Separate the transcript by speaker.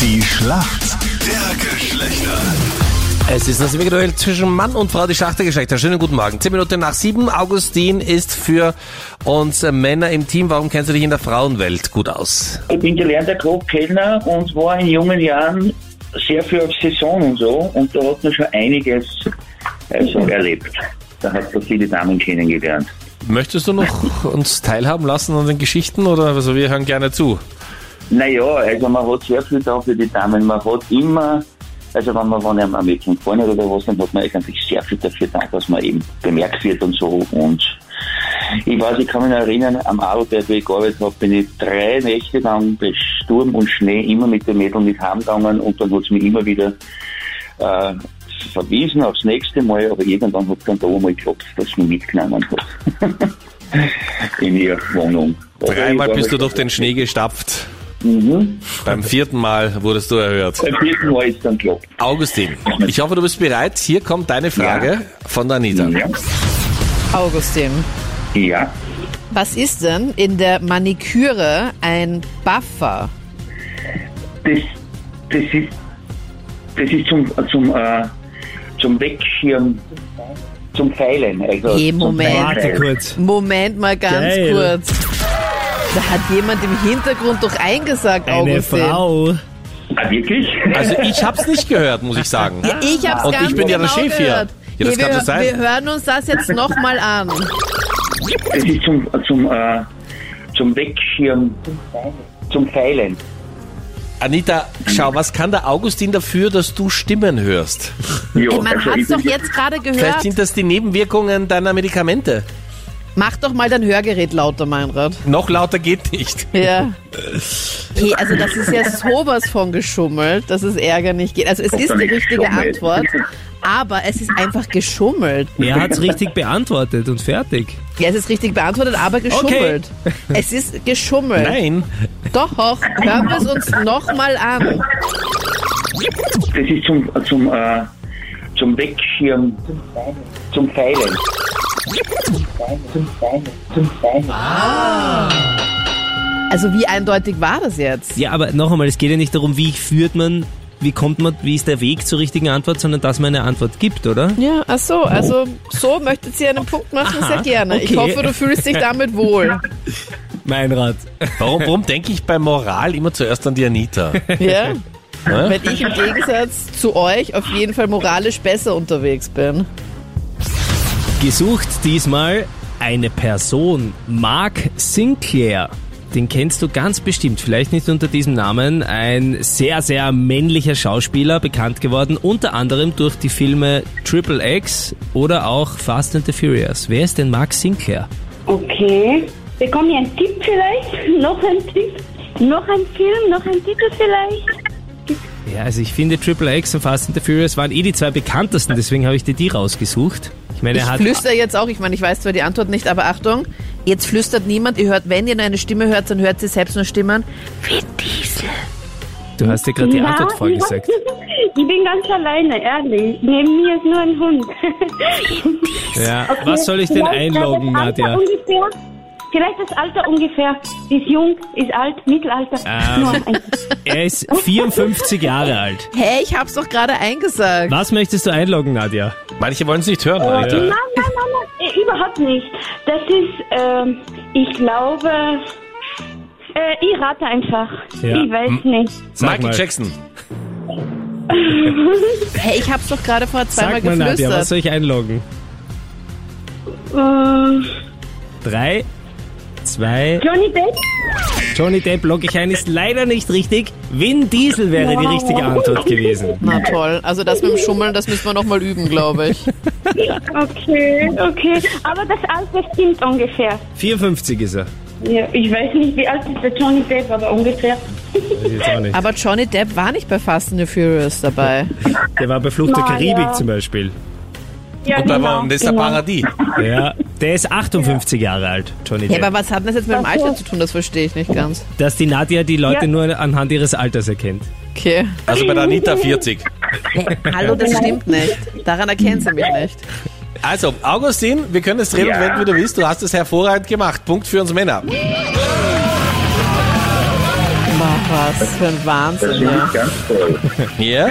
Speaker 1: Die Schlacht der Geschlechter.
Speaker 2: Es ist das ewige Duell zwischen Mann und Frau, die Schlacht der Geschlechter. Schönen guten Morgen. Zehn Minuten nach sieben. Augustin ist für uns äh, Männer im Team. Warum kennst du dich in der Frauenwelt gut aus?
Speaker 3: Ich bin gelernter Kochkellner und war in jungen Jahren sehr viel auf Saison und so und da hat man schon einiges also, erlebt. Da hat man viele Damen kennengelernt.
Speaker 2: Möchtest du noch uns teilhaben lassen an den Geschichten oder also wir hören gerne zu?
Speaker 3: Naja, also man hat sehr viel da für die Damen. Man hat immer, also wenn man wenn einem ein Mädchen gefallen hat oder was, dann hat man eigentlich sehr viel dafür da, dass man eben bemerkt wird und so. Und ich weiß, ich kann mich noch erinnern, am Adelberg, wo ich gearbeitet habe, bin ich drei Nächte lang bei Sturm und Schnee immer mit den Mädeln mit heimgegangen und dann hat es mich immer wieder äh, verwiesen aufs nächste Mal, aber irgendwann hat dann da mal geklappt, dass man mitgenommen hat. In ihre Wohnung. Aber ich
Speaker 2: Dreimal
Speaker 3: war
Speaker 2: bist du
Speaker 3: halt-
Speaker 2: durch den Schnee gestapft.
Speaker 3: Mhm.
Speaker 2: Beim vierten Mal wurdest du erhört.
Speaker 3: Beim vierten Mal ist dann klappt.
Speaker 2: Augustin, ich hoffe, du bist bereit. Hier kommt deine Frage von der Anita.
Speaker 3: Ja.
Speaker 4: Augustin,
Speaker 3: ja.
Speaker 4: was ist denn in der Maniküre ein Buffer?
Speaker 3: Das, das ist, das ist zum, zum, äh, zum Wegschirm, zum Feilen. Also
Speaker 4: Hey,
Speaker 3: zum
Speaker 4: Moment.
Speaker 5: Warte
Speaker 3: Feinfeilen.
Speaker 5: kurz.
Speaker 4: Moment mal ganz
Speaker 5: Geil.
Speaker 4: kurz. Da hat jemand im Hintergrund doch eingesagt,
Speaker 5: Eine
Speaker 4: Augustin.
Speaker 5: Frau.
Speaker 3: Ah, wirklich?
Speaker 2: Also ich hab's nicht gehört, muss ich sagen.
Speaker 4: Ich hab's
Speaker 2: Und
Speaker 4: ganz
Speaker 2: ich bin ja der
Speaker 4: genau
Speaker 2: Chef hier.
Speaker 4: gehört.
Speaker 2: Ja, das
Speaker 4: Hey,
Speaker 2: kann
Speaker 4: wir,
Speaker 2: doch sein.
Speaker 4: wir hören uns das jetzt nochmal an.
Speaker 3: Das ist zum, zum, äh, zum Wegschirm, zum Feilen.
Speaker 2: Anita, schau, was kann der Augustin dafür, dass du Stimmen hörst?
Speaker 3: Ja,
Speaker 4: Hey, man
Speaker 3: also ich
Speaker 4: hat's doch
Speaker 3: bin-
Speaker 4: jetzt gerade
Speaker 2: Vielleicht
Speaker 4: gehört.
Speaker 2: sind das die Nebenwirkungen deiner Medikamente.
Speaker 4: Mach doch mal dein Hörgerät lauter, Meinrad.
Speaker 2: Noch lauter geht nicht.
Speaker 4: Ja. Hey, also das ist ja sowas von geschummelt, dass es Ärger nicht geht. Also es ist
Speaker 3: doch
Speaker 4: die
Speaker 3: nicht
Speaker 4: richtige
Speaker 3: geschummelt.
Speaker 4: Antwort, aber es ist einfach geschummelt.
Speaker 5: Er hat's richtig beantwortet und fertig.
Speaker 4: Ja, es ist richtig beantwortet, aber geschummelt. Es ist geschummelt.
Speaker 2: Nein.
Speaker 4: Doch, hören wir es uns nochmal an.
Speaker 3: Das ist zum, zum, äh, zum Wegschirm, zum Feilen.
Speaker 4: Also wie eindeutig war das jetzt?
Speaker 5: Ja, aber noch einmal, es geht ja nicht darum, wie führt man, wie kommt man, wie ist der Weg zur richtigen Antwort, sondern dass man eine Antwort gibt, oder?
Speaker 4: Ja, ach so, also so möchtet sie einen Punkt machen, sehr gerne. Ich
Speaker 5: okay.
Speaker 4: hoffe, du fühlst dich damit wohl.
Speaker 5: Mein Rat.
Speaker 2: Warum, warum denke ich bei Moral immer zuerst an die Anita?
Speaker 4: Ja?
Speaker 2: Ja?
Speaker 4: Wenn ich im Gegensatz zu euch auf jeden Fall moralisch besser unterwegs bin.
Speaker 5: Gesucht diesmal eine Person, Mark Sinclair. Den kennst du ganz bestimmt, vielleicht nicht unter diesem Namen. Ein sehr, sehr männlicher Schauspieler, bekannt geworden unter anderem durch die Filme Triple X oder auch Fast and the Furious. Wer ist denn Mark Sinclair?
Speaker 6: Okay. Bekomme ich einen Tipp vielleicht? Noch einen Tipp? Noch ein Film? Noch ein Titel vielleicht?
Speaker 5: Ja, also ich finde Triple X und Fast and the Furious waren eh die zwei bekanntesten, deswegen habe ich dir die rausgesucht. Ich meine,
Speaker 4: Ich
Speaker 5: er hat
Speaker 4: flüster jetzt auch, ich meine, ich weiß zwar die Antwort nicht, aber Achtung, jetzt flüstert niemand. Ihr hört, wenn ihr eine Stimme hört, dann hört sie selbst nur Stimmen.
Speaker 5: Du hast dir gerade die
Speaker 6: Na,
Speaker 5: Antwort
Speaker 6: ich-
Speaker 5: vorgesagt.
Speaker 6: Ich bin ganz alleine, ehrlich. Neben mir ist nur ein Hund.
Speaker 5: Ja, was soll ich denn
Speaker 6: Vielleicht das
Speaker 5: einloggen,
Speaker 6: Alter
Speaker 5: Nadja?
Speaker 6: Ungefähr, vielleicht das Alter ungefähr. Sie ist jung, ist alt, Mittelalter.
Speaker 5: Ähm.
Speaker 6: Nur ein
Speaker 5: Er ist 54 Jahre alt.
Speaker 4: Hey, ich hab's doch gerade eingesagt.
Speaker 5: Was möchtest du einloggen, Nadja?
Speaker 2: Manche wollen es nicht hören,
Speaker 6: Nein,
Speaker 2: Anita.
Speaker 6: nein, nein, nein, äh, überhaupt nicht. Das ist, ähm, ich glaube, äh, ich rate einfach.
Speaker 5: Ja.
Speaker 6: Ich weiß nicht.
Speaker 5: Sag
Speaker 2: Michael
Speaker 5: mal.
Speaker 2: Jackson.
Speaker 4: Hey, ich hab's doch gerade vor zweimal
Speaker 5: Sag mal, Nadja, was
Speaker 4: geflüstert.
Speaker 5: soll ich einloggen?
Speaker 6: Ähm,
Speaker 5: Drei, zwei.
Speaker 6: Johnny Depp?
Speaker 5: Johnny Depp logge ich ein, ist leider nicht richtig. Vin Diesel wäre die richtige Antwort gewesen.
Speaker 4: Na toll, also das mit dem Schummeln, das müssen wir nochmal üben, glaube ich.
Speaker 6: Okay, okay. Aber das Alter stimmt ungefähr.
Speaker 5: 54 ist er.
Speaker 6: Ja, ich weiß nicht, wie alt ist der Johnny Depp, aber ungefähr.
Speaker 5: Weiß ich jetzt auch nicht.
Speaker 4: Aber Johnny Depp war nicht bei Fast and the Furious dabei.
Speaker 5: Der war bei Flucht der
Speaker 6: Nadja.
Speaker 5: Karibik zum Beispiel.
Speaker 6: Ja, genau,
Speaker 2: Und bei Warum ist der Paradis?
Speaker 5: Ja, der ist 58 Jahre alt, Johnny
Speaker 4: Ja,
Speaker 5: Depp.
Speaker 4: aber was hat denn das jetzt mit dem Alter zu tun? Das verstehe ich nicht ganz.
Speaker 5: Dass die Nadja die Leute
Speaker 6: Ja.
Speaker 5: nur anhand ihres Alters erkennt.
Speaker 4: Okay.
Speaker 2: Also bei der Anita 40.
Speaker 4: Hallo, das stimmt nicht. Daran erkennen sie mich nicht.
Speaker 2: Also, Augustin, wir können es drehen und
Speaker 3: Ja.
Speaker 2: wenden, wie du willst. Du hast es hervorragend gemacht. Punkt für uns Männer.
Speaker 4: Ma, Was für ein
Speaker 3: Das
Speaker 4: Wahnsinn,
Speaker 3: finde
Speaker 4: ja.
Speaker 3: ich ganz toll.
Speaker 2: Ja?